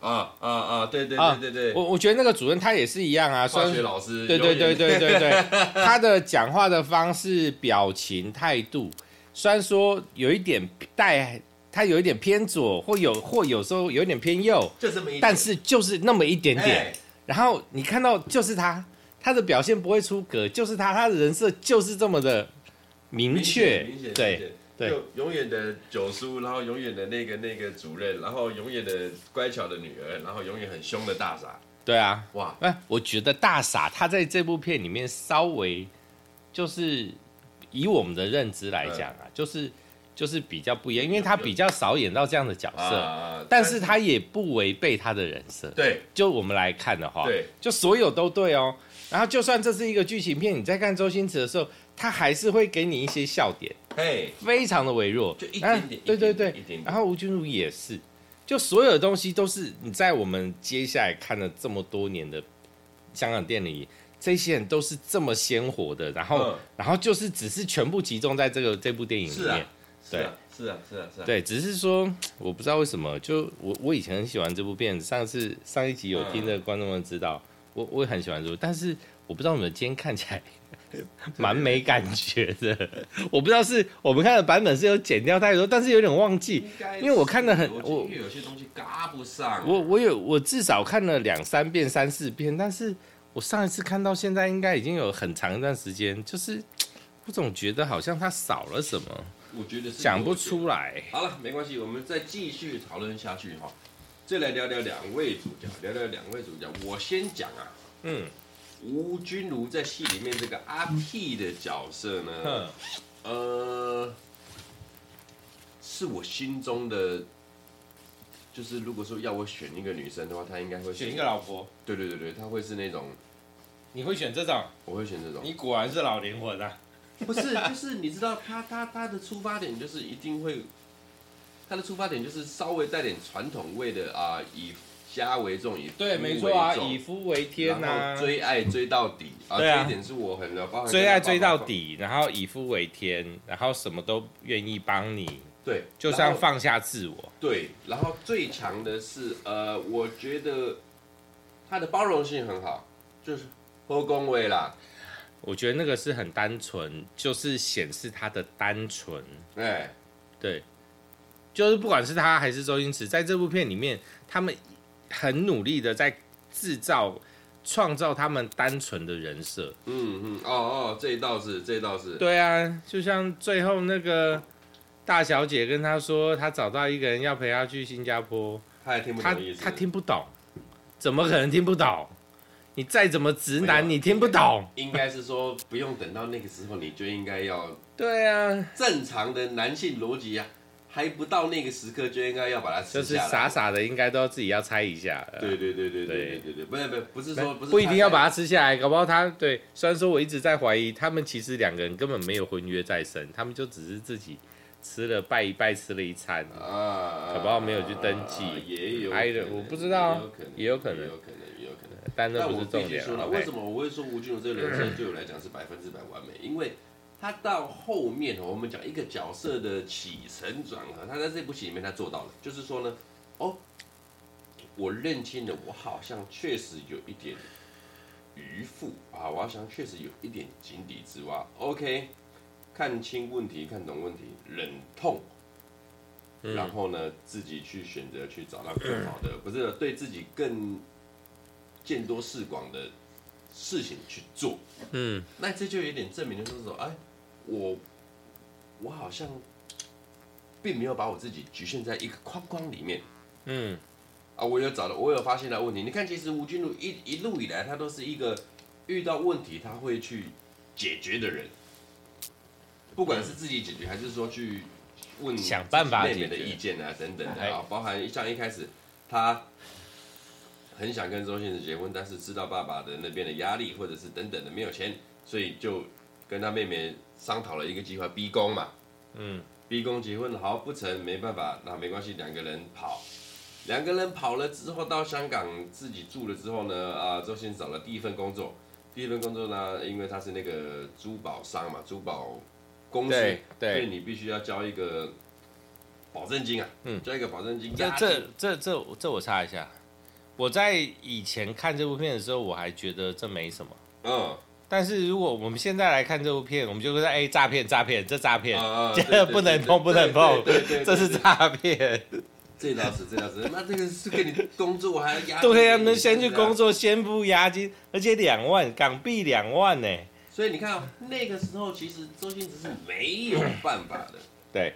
[SPEAKER 1] 啊啊啊！对对
[SPEAKER 2] 啊
[SPEAKER 1] 对对对，
[SPEAKER 2] 我我觉得那个主任他也是一样啊，
[SPEAKER 1] 化
[SPEAKER 2] 算
[SPEAKER 1] 学老师，
[SPEAKER 2] 对对
[SPEAKER 1] 永
[SPEAKER 2] 对
[SPEAKER 1] 远
[SPEAKER 2] 对对 对，他的讲话的方式、表情、态度，虽然说有一点带，他有一点偏左，或有或有时候有一点偏右，
[SPEAKER 1] 就这么一点，
[SPEAKER 2] 但是就是那么一点点。
[SPEAKER 1] 哎，
[SPEAKER 2] 然后你看到就是他，他的表现不会出格，就是他，他的人设就是这么的明
[SPEAKER 1] 明
[SPEAKER 2] 确
[SPEAKER 1] 显明显，明
[SPEAKER 2] 对
[SPEAKER 1] 显
[SPEAKER 2] 对
[SPEAKER 1] 就永远的九叔，然后永远的那个那个主任，然后永远的乖巧的女儿，然后永远很凶的大傻，
[SPEAKER 2] 对啊。
[SPEAKER 1] 哇！
[SPEAKER 2] 哎，我觉得大傻他在这部片里面稍微就是以我们的认知来讲啊，就是就是比较不一样，因为他比较少演到这样的角色，
[SPEAKER 1] 啊，
[SPEAKER 2] 但是他也不违背他的人设。
[SPEAKER 1] 对
[SPEAKER 2] 就我们来看的话，
[SPEAKER 1] 对，
[SPEAKER 2] 就所有都对哦。然后就算这是一个剧情片，你在看周星驰的时候，他还是会给你一些笑点，
[SPEAKER 1] 嘿，
[SPEAKER 2] 非常的微弱，
[SPEAKER 1] 就一
[SPEAKER 2] 然
[SPEAKER 1] 点
[SPEAKER 2] 后
[SPEAKER 1] 点，
[SPEAKER 2] 啊对
[SPEAKER 1] 一
[SPEAKER 2] 对
[SPEAKER 1] 点
[SPEAKER 2] 对
[SPEAKER 1] 点，一点
[SPEAKER 2] 然
[SPEAKER 1] 点，
[SPEAKER 2] 后吴君如也是，就所有的东西都是你在我们接下来看了这么多年的香港电影里，这些人都是这么鲜活的，然后、
[SPEAKER 1] 嗯
[SPEAKER 2] 然后就是只是全部集中在这个这部电影里
[SPEAKER 1] 是
[SPEAKER 2] 面。
[SPEAKER 1] 啊，是啊，是啊，是啊，是啊，
[SPEAKER 2] 对，只是说我不知道为什么，就我我以前很喜欢这部片，上次上一集有
[SPEAKER 1] 嗯
[SPEAKER 2] 听的观众们知道，我我也很喜欢这部，但是我不知道你们今天看起 来蛮没感觉的，我不知道是我们看的版本是有剪掉太多，但是有点忘记，
[SPEAKER 1] 应该是，
[SPEAKER 2] 因为我看得很我
[SPEAKER 1] 我因为有些东西嘎不上，
[SPEAKER 2] 我我有我至少看了两三遍、三四遍，但是我上一次看到现在应该已经有很长一段时间，就是我总觉得好像它少了什么，
[SPEAKER 1] 我觉得是
[SPEAKER 2] 讲不
[SPEAKER 1] 我觉得
[SPEAKER 2] 出来。
[SPEAKER 1] 好了，没关系，我们再继续讨论下去哈。再来聊聊两位主角，聊聊两位主角。我先讲啊，
[SPEAKER 2] 嗯
[SPEAKER 1] 吴君如在戏里面这个阿 P 的角色呢，
[SPEAKER 2] 哼
[SPEAKER 1] 呃，是我心中的，就是如果说要我选一个女生的话，她应该会是，
[SPEAKER 2] 老婆，
[SPEAKER 1] 对对对对，她会是那种，
[SPEAKER 2] 你会选这种？
[SPEAKER 1] 我会选这种。
[SPEAKER 2] 果然是老灵魂啊！
[SPEAKER 1] 不是，就是你知道他他他的出发点就是一定会，他的出发点就是稍微带点传统味的啊、以家为重，以
[SPEAKER 2] 对，
[SPEAKER 1] 夫
[SPEAKER 2] 没错啊，
[SPEAKER 1] 为重
[SPEAKER 2] 以夫为天啊
[SPEAKER 1] 然
[SPEAKER 2] 呐、
[SPEAKER 1] 后追爱追到底啊，
[SPEAKER 2] 对啊
[SPEAKER 1] 这一点是我很包含
[SPEAKER 2] 追爱追到，底，然后以夫为天，然后什么都愿意帮你，
[SPEAKER 1] 对，
[SPEAKER 2] 就
[SPEAKER 1] 然
[SPEAKER 2] 算
[SPEAKER 1] 后
[SPEAKER 2] 放下自我。
[SPEAKER 1] 对，然后最强的是呃，我觉得他的包容性很好，就是后恭维啦，
[SPEAKER 2] 我觉得那个是很单纯，就是显示他的单纯。
[SPEAKER 1] 哎，
[SPEAKER 2] 对，就是不管是他还是周星驰，在这部片里面，他们很努力的在制造、创造他们单纯的人设。
[SPEAKER 1] 嗯嗯，哦哦，这一道是这一道是，
[SPEAKER 2] 对啊，就像最后那个大小姐跟他说，她找到一个人要陪她去新加坡，
[SPEAKER 1] 他也听不
[SPEAKER 2] 她
[SPEAKER 1] 懂意思，
[SPEAKER 2] 她听不懂，怎么可能听不懂？你再怎么直
[SPEAKER 1] 没有啊
[SPEAKER 2] 男，你听不懂。
[SPEAKER 1] 应该是说不用等到那个时候，你就应该要
[SPEAKER 2] 对啊，
[SPEAKER 1] 正常的男性逻辑啊，还不到那个时刻就应该要把它
[SPEAKER 2] 就
[SPEAKER 1] 吃
[SPEAKER 2] 是
[SPEAKER 1] 下来。
[SPEAKER 2] 傻傻的，应该都要自己要猜一下。
[SPEAKER 1] 对对对对
[SPEAKER 2] 对
[SPEAKER 1] 对对对对，不是不是不是说不是
[SPEAKER 2] 不一定要把
[SPEAKER 1] 它
[SPEAKER 2] 它吃下来，搞不好他对。虽然说我一直在怀疑，他们其实两个人根本没有婚约在身，他们就只是自己吃了拜一拜，吃了一餐，
[SPEAKER 1] 啊，
[SPEAKER 2] 搞不好没有去登记
[SPEAKER 1] 也有
[SPEAKER 2] 挨着
[SPEAKER 1] 可能
[SPEAKER 2] 我不知道啊
[SPEAKER 1] 也
[SPEAKER 2] 也
[SPEAKER 1] 有
[SPEAKER 2] 有
[SPEAKER 1] 可
[SPEAKER 2] 可
[SPEAKER 1] 能，
[SPEAKER 2] 能
[SPEAKER 1] 也有可能，也有可能。
[SPEAKER 2] 但那
[SPEAKER 1] 但
[SPEAKER 2] 不
[SPEAKER 1] 我
[SPEAKER 2] 是
[SPEAKER 1] 必
[SPEAKER 2] 重
[SPEAKER 1] 须
[SPEAKER 2] 点啊哎
[SPEAKER 1] 说了，
[SPEAKER 2] OK
[SPEAKER 1] 为什么我会说吴君如这个人设对我来讲是百分之百完美？因为他到后面哦，我们讲一个角色的起承转合，他在这部戏里面他做到了，就是说呢，哦，我认清了，我好像确实有一点渔夫啊，我好像确实有一点井底之蛙。OK，看清问题，看懂问题，忍痛。
[SPEAKER 2] 嗯
[SPEAKER 1] 然后呢，自己去选择去找到更好 的，不是对自己更见多识广的事情去做。
[SPEAKER 2] 嗯，
[SPEAKER 1] 那这就有点证明，就是说，哎，我我好像并没有把我自己局限在一个框框里面
[SPEAKER 2] 嗯，
[SPEAKER 1] 啊。我有找到，我有发现了问题。你看，其实吴君如一一路以来，他都是一个遇到问题他会去解决的人，不管是自己解决，还是说去问
[SPEAKER 2] 想办法
[SPEAKER 1] 妹妹的
[SPEAKER 2] 解决
[SPEAKER 1] 意见啊等等
[SPEAKER 2] 哎
[SPEAKER 1] 的啊，包含像一开始他很想跟周星驰结婚，但是知道爸爸的那边的压力，或者是等等的没有钱，所以就跟他妹妹商讨了一个计划，逼宫嘛，
[SPEAKER 2] 嗯，
[SPEAKER 1] 逼宫结婚好不成，没办法，那没关系，两个人跑，两个人跑了之后到香港自己住了之后呢，啊，周星驰找了第一份工作，第一份工作呢，因为他是那个珠宝商嘛，珠宝公司，
[SPEAKER 2] 对
[SPEAKER 1] 所以
[SPEAKER 2] 对，
[SPEAKER 1] 你必须要交一个保证金啊，
[SPEAKER 2] 嗯
[SPEAKER 1] 交一个保证金，
[SPEAKER 2] 这
[SPEAKER 1] 押
[SPEAKER 2] 这
[SPEAKER 1] 金
[SPEAKER 2] 这这这我插一下，我在以前看这部片的时候，我还觉得这没什么。
[SPEAKER 1] 嗯
[SPEAKER 2] 但是如果我们现在来看这部片，我们就会说，哎，诈骗，诈骗，这诈骗，
[SPEAKER 1] 啊，
[SPEAKER 2] 这
[SPEAKER 1] 对对对
[SPEAKER 2] 不能
[SPEAKER 1] 对
[SPEAKER 2] 碰不能碰
[SPEAKER 1] 对对对对
[SPEAKER 2] 这是
[SPEAKER 1] 对
[SPEAKER 2] 诈骗。
[SPEAKER 1] 这倒是这倒是，那这个是给你工作还要押金，
[SPEAKER 2] 对呀、
[SPEAKER 1] 呀，
[SPEAKER 2] 啊，们先去工。作，先付押金，而且两万港币两万呢、
[SPEAKER 1] 所以你看、哦，那个时候其实周星驰是没有办法 的，
[SPEAKER 2] 对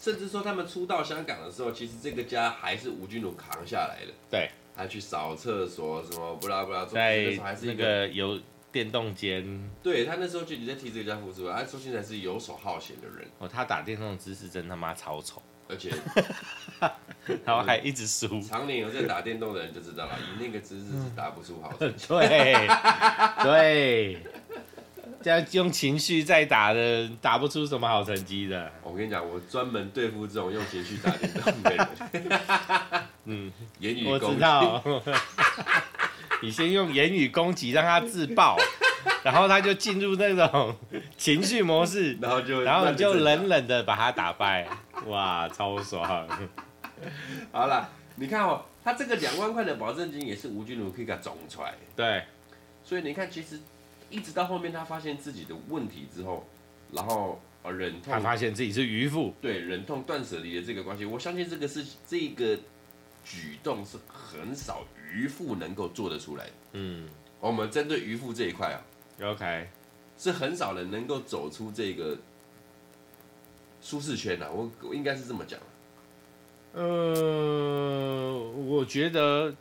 [SPEAKER 1] 甚至说他们初到香港的时候，其实这个家还是吴君如扛下来的，
[SPEAKER 2] 对，
[SPEAKER 1] 还去扫厕所什么不拉不拉，做这
[SPEAKER 2] 在
[SPEAKER 1] 个时候还是
[SPEAKER 2] 那
[SPEAKER 1] 一个
[SPEAKER 2] 个有电动间
[SPEAKER 1] 对他那时候就已经在替这个家付出了，他啊周星驰是游手好闲的人，
[SPEAKER 2] 哦，他打电动的姿势真他妈超丑，
[SPEAKER 1] 而且
[SPEAKER 2] 然后还一直输。
[SPEAKER 1] 常年有在打电动的人就知道了，以那个姿势是打不出好成 绩。
[SPEAKER 2] 对对，这样用情绪再打的，打不出什么好成绩的。
[SPEAKER 1] 我跟你讲，我专门对付这种用情绪打电动的人。
[SPEAKER 2] 嗯，
[SPEAKER 1] 言语
[SPEAKER 2] 我
[SPEAKER 1] 攻
[SPEAKER 2] 知
[SPEAKER 1] 击，
[SPEAKER 2] 道， 你先用言语攻击让他自爆，然后他就进入那种情绪模式，
[SPEAKER 1] 然后就
[SPEAKER 2] 然后你就
[SPEAKER 1] 让
[SPEAKER 2] 冷冷的把他打败，哇，超爽！
[SPEAKER 1] 正常好了。你看哦，他这个两万块的保证金也是吴君如可以给他总出来的，
[SPEAKER 2] 对，
[SPEAKER 1] 所以你看，其实一直到后面他发现自己的问题之后，然后呃忍
[SPEAKER 2] 他
[SPEAKER 1] 痛
[SPEAKER 2] 发现自己是渔夫，
[SPEAKER 1] 对忍痛断舍离的这个关系，我相信这个是这个举动是很少渔夫能够做得出来的。
[SPEAKER 2] 嗯
[SPEAKER 1] 我们针对渔夫这一块啊，
[SPEAKER 2] ，OK，
[SPEAKER 1] 是很少人能够走出这个舒适圈啊，我我应该是这么讲啊。
[SPEAKER 2] 呃，我觉得，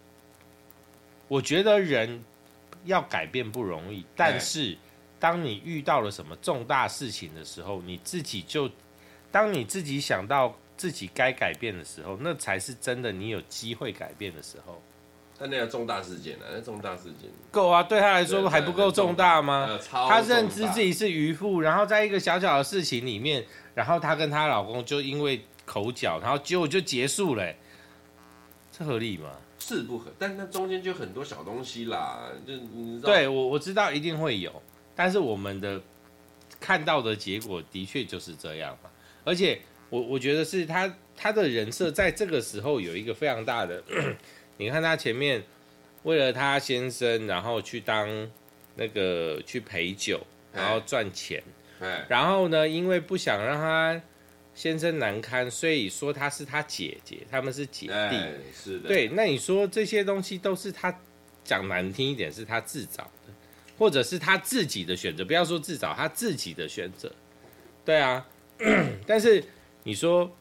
[SPEAKER 2] 我觉得人要改变不容易，但是当你遇到了什么重大事情的时候，你自己就，当你自己想到自己该改变的时候，那才是真的你有机会改变的时候。
[SPEAKER 1] 但那个重大事件啊，那重大事件，
[SPEAKER 2] 够啊，对他来
[SPEAKER 1] 对
[SPEAKER 2] 说
[SPEAKER 1] 对
[SPEAKER 2] 还不够重大吗？
[SPEAKER 1] 呃，超
[SPEAKER 2] 她认知
[SPEAKER 1] 重大
[SPEAKER 2] 自己是渔夫，然后在一个小小的事情里面，然后她跟她老公就因为口角，然后结果就结束了、欸这合理吗？
[SPEAKER 1] 是不合，但那中间就很多小东西啦，就你知道，
[SPEAKER 2] 对我我知道一定会有，但是我们的看到的结果的确就是这样嘛。而且我我觉得是他他的人设在这个时候有一个非常大的， 你看他前面为了他先生，然后去当那个去陪酒，然后赚钱。
[SPEAKER 1] 哎，
[SPEAKER 2] 然后呢，因为不想让他先生难堪，所以说她是他姐姐，他们是姐
[SPEAKER 1] 哎
[SPEAKER 2] 弟。，
[SPEAKER 1] 是的，，
[SPEAKER 2] 对，那你说这些东西都是他讲难听一点，是他自找的，或者是他自己的选择，不要说自找，他自己的选择。对啊，但是你说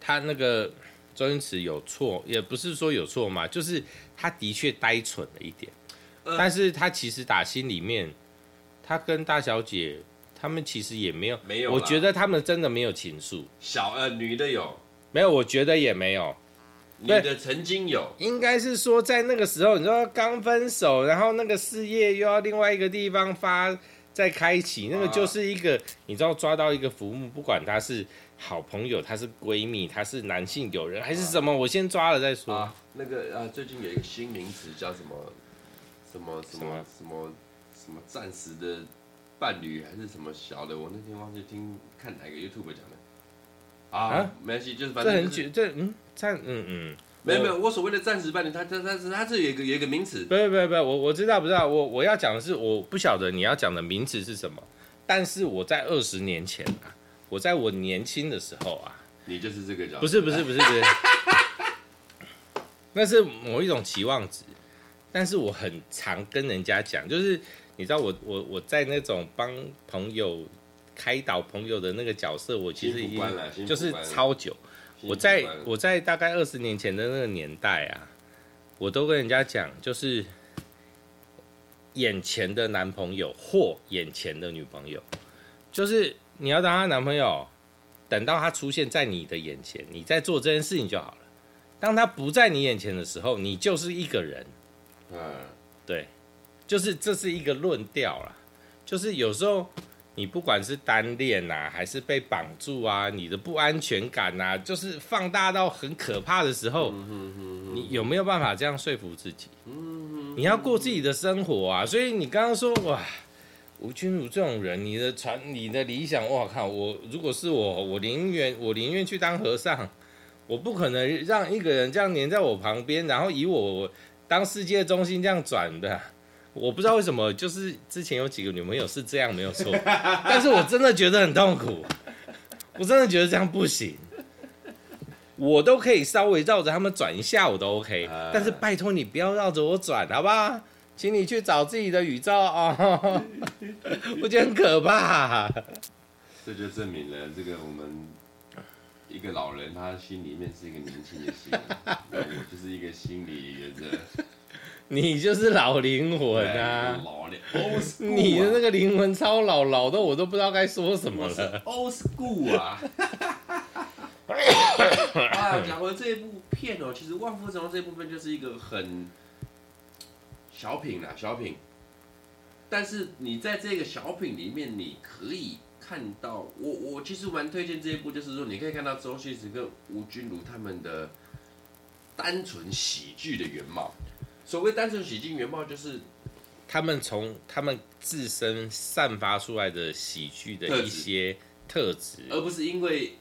[SPEAKER 2] 他那个周星驰有错，也不是说有错嘛，就是他的确呆蠢了一点，
[SPEAKER 1] 呃
[SPEAKER 2] 但是他其实打心里面，他跟大小姐他们其实也没有，
[SPEAKER 1] 没有啦
[SPEAKER 2] 我觉得他们真的没有情愫，
[SPEAKER 1] 小呃女的有，
[SPEAKER 2] 没有，我觉得也没有。
[SPEAKER 1] 女
[SPEAKER 2] 对
[SPEAKER 1] 的曾经有，
[SPEAKER 2] 应该是说在那个时候，你说刚分手，然后那个事业又要另外一个地方发再开
[SPEAKER 1] 啊
[SPEAKER 2] 启，那个就是一个、你知道抓到一个浮木，不管她是好朋友，她是闺蜜，她是男性友人还是什么，我先抓了再说。
[SPEAKER 1] 啊，那个啊，最近有一个新名词叫什么什么什
[SPEAKER 2] 什
[SPEAKER 1] 么
[SPEAKER 2] 么
[SPEAKER 1] 什么什么暂时的伴侣还是什么小的，我那天忘记听看哪个 YouTube 讲的啊
[SPEAKER 2] 啊，
[SPEAKER 1] 没关系，就是反
[SPEAKER 2] 这
[SPEAKER 1] 正
[SPEAKER 2] 很
[SPEAKER 1] 就是
[SPEAKER 2] 久，这嗯，这样嗯嗯，
[SPEAKER 1] 没有没
[SPEAKER 2] 我，
[SPEAKER 1] 有，我所谓的暂时伴侣，它它它是它这有一个有一个名词，
[SPEAKER 2] 不不不不，我我知道不知道，我我要讲的是，我不晓得你要讲的名词是什么，但是我在二十年前啊，我在我年轻的时候啊，
[SPEAKER 1] 你就是这个角色，哎
[SPEAKER 2] 不是不是不是不是， 那是某一种期望值。但是我很常跟人家讲，就是你知道我我我在那种帮朋友开导朋友的那个角色，我其实
[SPEAKER 1] 辛苦
[SPEAKER 2] 已
[SPEAKER 1] 关了辛
[SPEAKER 2] 经
[SPEAKER 1] 苦
[SPEAKER 2] 就是
[SPEAKER 1] 关了
[SPEAKER 2] 超久。
[SPEAKER 1] 新
[SPEAKER 2] 我在
[SPEAKER 1] 习惯了
[SPEAKER 2] 我在大概二十年前的那个年代啊，我都跟人家讲，就是眼前的男朋友或眼前的女朋友，就是你要当她男朋友，等到他出现在你的眼前，你再做这件事情就好了。当他不在你眼前的时候，你就是一个人，
[SPEAKER 1] 嗯。
[SPEAKER 2] 就是这是一个论调啦。就是有时候你不管是单恋啊，还是被绑住啊，你的不安全感啊，就是放大到很可怕的时候，你有没有办法这样说服自己？你要过自己的生活啊。所以你刚刚说哇。吴君如这种人，你的传你的理想，我靠！我如果是我，我宁愿我宁愿去当和尚，我不可能让一个人这样黏在我旁边，然后以我当世界中心这样转的。我不知道为什么，就是之前有几个女朋友是这样没有错，但是我真的觉得很痛苦，我真的觉得这样不行。我都可以稍微绕着他们转一下，我都 OK，
[SPEAKER 1] 哎
[SPEAKER 2] 但是拜托你不要绕着我转，好不好？请你去找自己的宇宙 哦，我觉得很可怕、
[SPEAKER 1] 这就证明了这个我们一个老人 他心里面是一个年轻的心，那我就是一个心理原则。
[SPEAKER 2] 你就是老灵魂
[SPEAKER 1] 哎
[SPEAKER 2] 啊！
[SPEAKER 1] 老脸，old school，啊
[SPEAKER 2] 你的那个灵魂超老，老的我都不知道该说什么
[SPEAKER 1] 我是
[SPEAKER 2] 了。
[SPEAKER 1] old school 啊。啊，讲回这一部片哦，其实《万夫长》这部分就是一个很小品啦，小品。但是你在这个小品里面，你可以看到，我我其实蛮推荐这一部，就是说你可以看到周星驰跟吴君如他们的单纯喜剧的原貌。所谓单纯喜剧原貌，就是
[SPEAKER 2] 他们从他们自身散发出来的喜剧的一些特质，
[SPEAKER 1] 而不是因为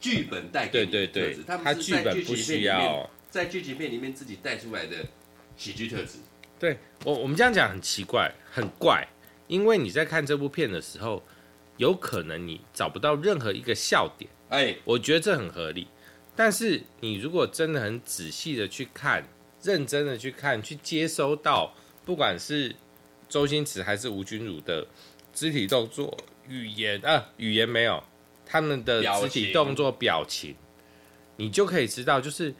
[SPEAKER 1] 剧本带给
[SPEAKER 2] 对
[SPEAKER 1] 你的
[SPEAKER 2] 对
[SPEAKER 1] 呃特
[SPEAKER 2] 对
[SPEAKER 1] 质，，他
[SPEAKER 2] 他
[SPEAKER 1] 们是
[SPEAKER 2] 剧
[SPEAKER 1] 在
[SPEAKER 2] 本
[SPEAKER 1] 剧
[SPEAKER 2] 不
[SPEAKER 1] 情片
[SPEAKER 2] 需
[SPEAKER 1] 里面
[SPEAKER 2] 要。
[SPEAKER 1] 在剧情片里面自己带出来的喜剧特质。
[SPEAKER 2] 对我我们这样讲很奇怪，很怪，因为你在看这部片的时候，有可能你找不到任何一个笑点。
[SPEAKER 1] 哎，
[SPEAKER 2] 我觉得这很合理。但是你如果真的很仔细的去看，认真的去看，去接收到，不管是周星驰还是吴君如的肢体动作、语言啊，语言没有，他们的
[SPEAKER 1] 表
[SPEAKER 2] 肢
[SPEAKER 1] 情
[SPEAKER 2] 体动作、表情，你就可以知道，就是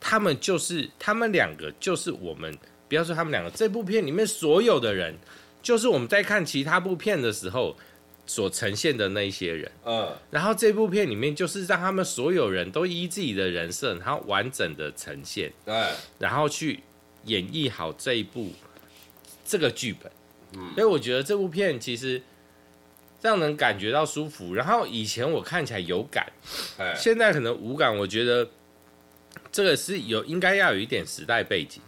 [SPEAKER 2] 他们就是他们两个，就是我们不要说他们两个，这部片里面所有的人，就是我们在看其他部片的时候所呈现的那一些人。
[SPEAKER 1] 嗯，
[SPEAKER 2] 然后这部片里面就是让他们所有人都依自己的人设，然后完整的呈现，
[SPEAKER 1] 哎，
[SPEAKER 2] 然后去演绎好这一部这个剧本。嗯，所以我觉得这部片其实让人感觉到舒服。然后以前我看起来有感，
[SPEAKER 1] 哎，
[SPEAKER 2] 现在可能无感。我觉得这个是有应该要有一点时代背景，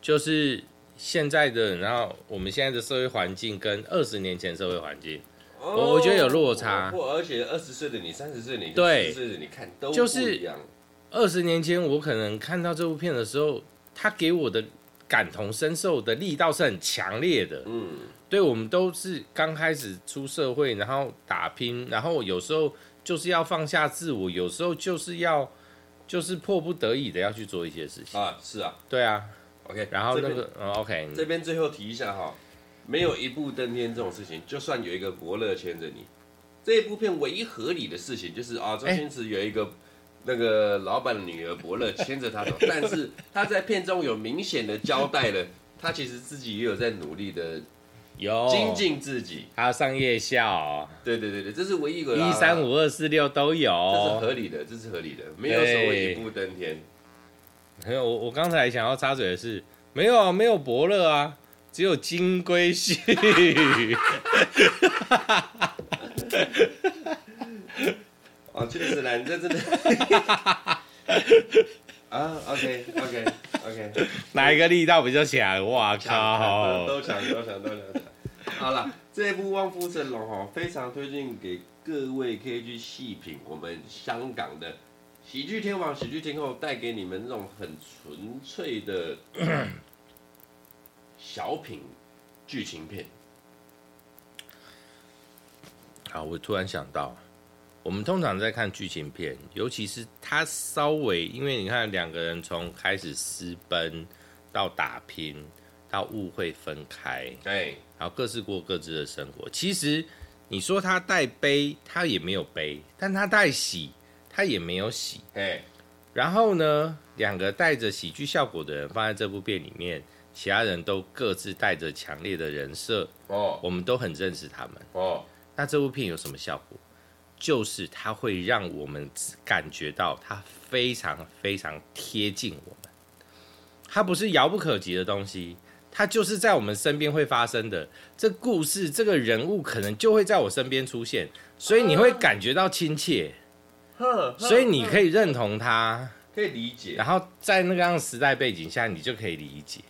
[SPEAKER 2] 就是现在的，然后我们现在的社会环境跟二十年前社会环境。我我觉得有落差
[SPEAKER 1] 或而且二十岁的你、三十岁的你、
[SPEAKER 2] 对
[SPEAKER 1] 40岁的你看都
[SPEAKER 2] 就是
[SPEAKER 1] 不一样。
[SPEAKER 2] 二十年前，我可能看到这部片的时候，他给我的感同身受的力道是很强烈的。
[SPEAKER 1] 嗯，
[SPEAKER 2] 对我们都是刚开始出社会，然后打拼，然后有时候就是要放下自我，有时候就是要就是迫不得已的要去做一些事情。
[SPEAKER 1] 啊，是啊
[SPEAKER 2] 对啊，
[SPEAKER 1] ，OK。
[SPEAKER 2] 然后
[SPEAKER 1] 这
[SPEAKER 2] 那
[SPEAKER 1] 边
[SPEAKER 2] 个、嗯、OK，
[SPEAKER 1] 这边最后提一下哈，没有一步登天这种事情，就算有一个伯乐牵着你，这一部片唯一合理的事情就是啊，周
[SPEAKER 2] 哎
[SPEAKER 1] 星驰有一个。那个老板的女儿伯乐牵着他走，但是他在片中有明显的交代了，他其实自己也有在努力的
[SPEAKER 2] 有
[SPEAKER 1] 精进自己。
[SPEAKER 2] 还有上夜校，啊
[SPEAKER 1] 对对对对，这是唯一一个
[SPEAKER 2] 一三，五二四六都
[SPEAKER 1] 这是
[SPEAKER 2] 有。
[SPEAKER 1] 合理的，这是合理的，没有所谓一步登天。
[SPEAKER 2] 还有我我刚才想要插嘴的是，没有啊，没有伯乐啊，只有金龟婿。
[SPEAKER 1] 哦，确实啦，你这真 的。啊，OK OK OK，
[SPEAKER 2] 哪一个力道比较强？哇
[SPEAKER 1] 抢
[SPEAKER 2] 靠！
[SPEAKER 1] 都抢都抢都抢都抢。好了，这部《望夫成龙》哈，非常推荐给各位，可以去细品我们香港的喜剧天王、喜剧天后带给你们那种很纯粹 的小品剧情片。
[SPEAKER 2] 好，我突然想到，我们通常在看剧情片，尤其是他稍微，因为你看两个人从开始私奔到打拼，到误会分开，
[SPEAKER 1] 哎，
[SPEAKER 2] 然后各自过各自的生活。其实你说他带悲，他也没有悲；但他带喜，他也没有喜。
[SPEAKER 1] 哎，
[SPEAKER 2] 然后呢，两个带着喜剧效果的人放在这部片里面，其他人都各自带着强烈的人设，
[SPEAKER 1] 哦
[SPEAKER 2] 我们都很认识他们。
[SPEAKER 1] 哦，
[SPEAKER 2] 那这部片有什么效果？就是它会让我们感觉到它非常非常贴近我们，它不是遥不可及的东西，它就是在我们身边会发生的。这故事这个人物可能就会在我身边出现，所以你会感觉到亲切，
[SPEAKER 1] 哼
[SPEAKER 2] 所以你可啊以认同他，
[SPEAKER 1] 可以理解。
[SPEAKER 2] 然后在那个样的时代背景下，你就可以理解，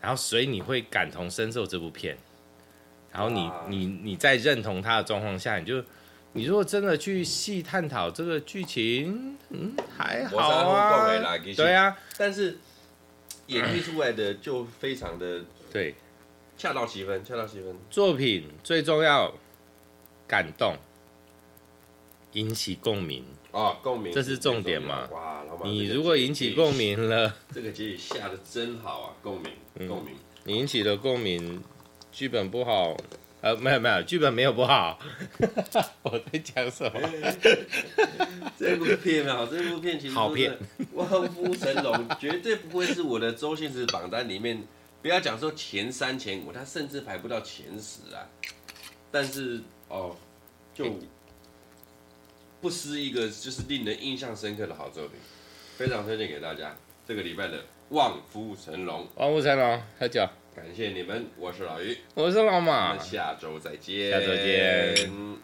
[SPEAKER 2] 然后所以你会感同身受这部片，然后你
[SPEAKER 1] 哇
[SPEAKER 2] 你你在认同它的状况下，你就你如果真的去细探讨这个剧情，嗯，还好
[SPEAKER 1] 我是安慰讲的
[SPEAKER 2] 啊
[SPEAKER 1] 啦其，实
[SPEAKER 2] 对啊，
[SPEAKER 1] 但是演绎出来的就非常的
[SPEAKER 2] 对，
[SPEAKER 1] 恰到其分，恰到其分。
[SPEAKER 2] 作品最重要感动，引起共鸣。
[SPEAKER 1] 啊，共鸣，
[SPEAKER 2] 这是重点嘛
[SPEAKER 1] 哇，老马，
[SPEAKER 2] 你
[SPEAKER 1] 这个
[SPEAKER 2] 如果
[SPEAKER 1] 结语
[SPEAKER 2] 引起共，鸣嗯了，
[SPEAKER 1] 这个结语下的真好啊，共鸣，共鸣，
[SPEAKER 2] 你引起了共鸣，剧本不好，呃，没有没有，剧本没有不好。 我在讲什么？
[SPEAKER 1] 这部片啊，这部片其实
[SPEAKER 2] 好
[SPEAKER 1] 说
[SPEAKER 2] 片
[SPEAKER 1] 真的，望夫神龙绝对不会是我的周星驰榜单里面，不要讲说前三前五，他甚至排不到前十啊。但是哦，
[SPEAKER 2] 哎
[SPEAKER 1] 就不失一个就是令人印象深刻的好作品，非常推荐给大家。这个礼拜的《望夫神龙
[SPEAKER 2] 王物成龙喝酒，》，
[SPEAKER 1] 感谢你们，我是老于，
[SPEAKER 2] 我是老
[SPEAKER 1] 我
[SPEAKER 2] 马
[SPEAKER 1] 们。下周再见，
[SPEAKER 2] 啊下周见。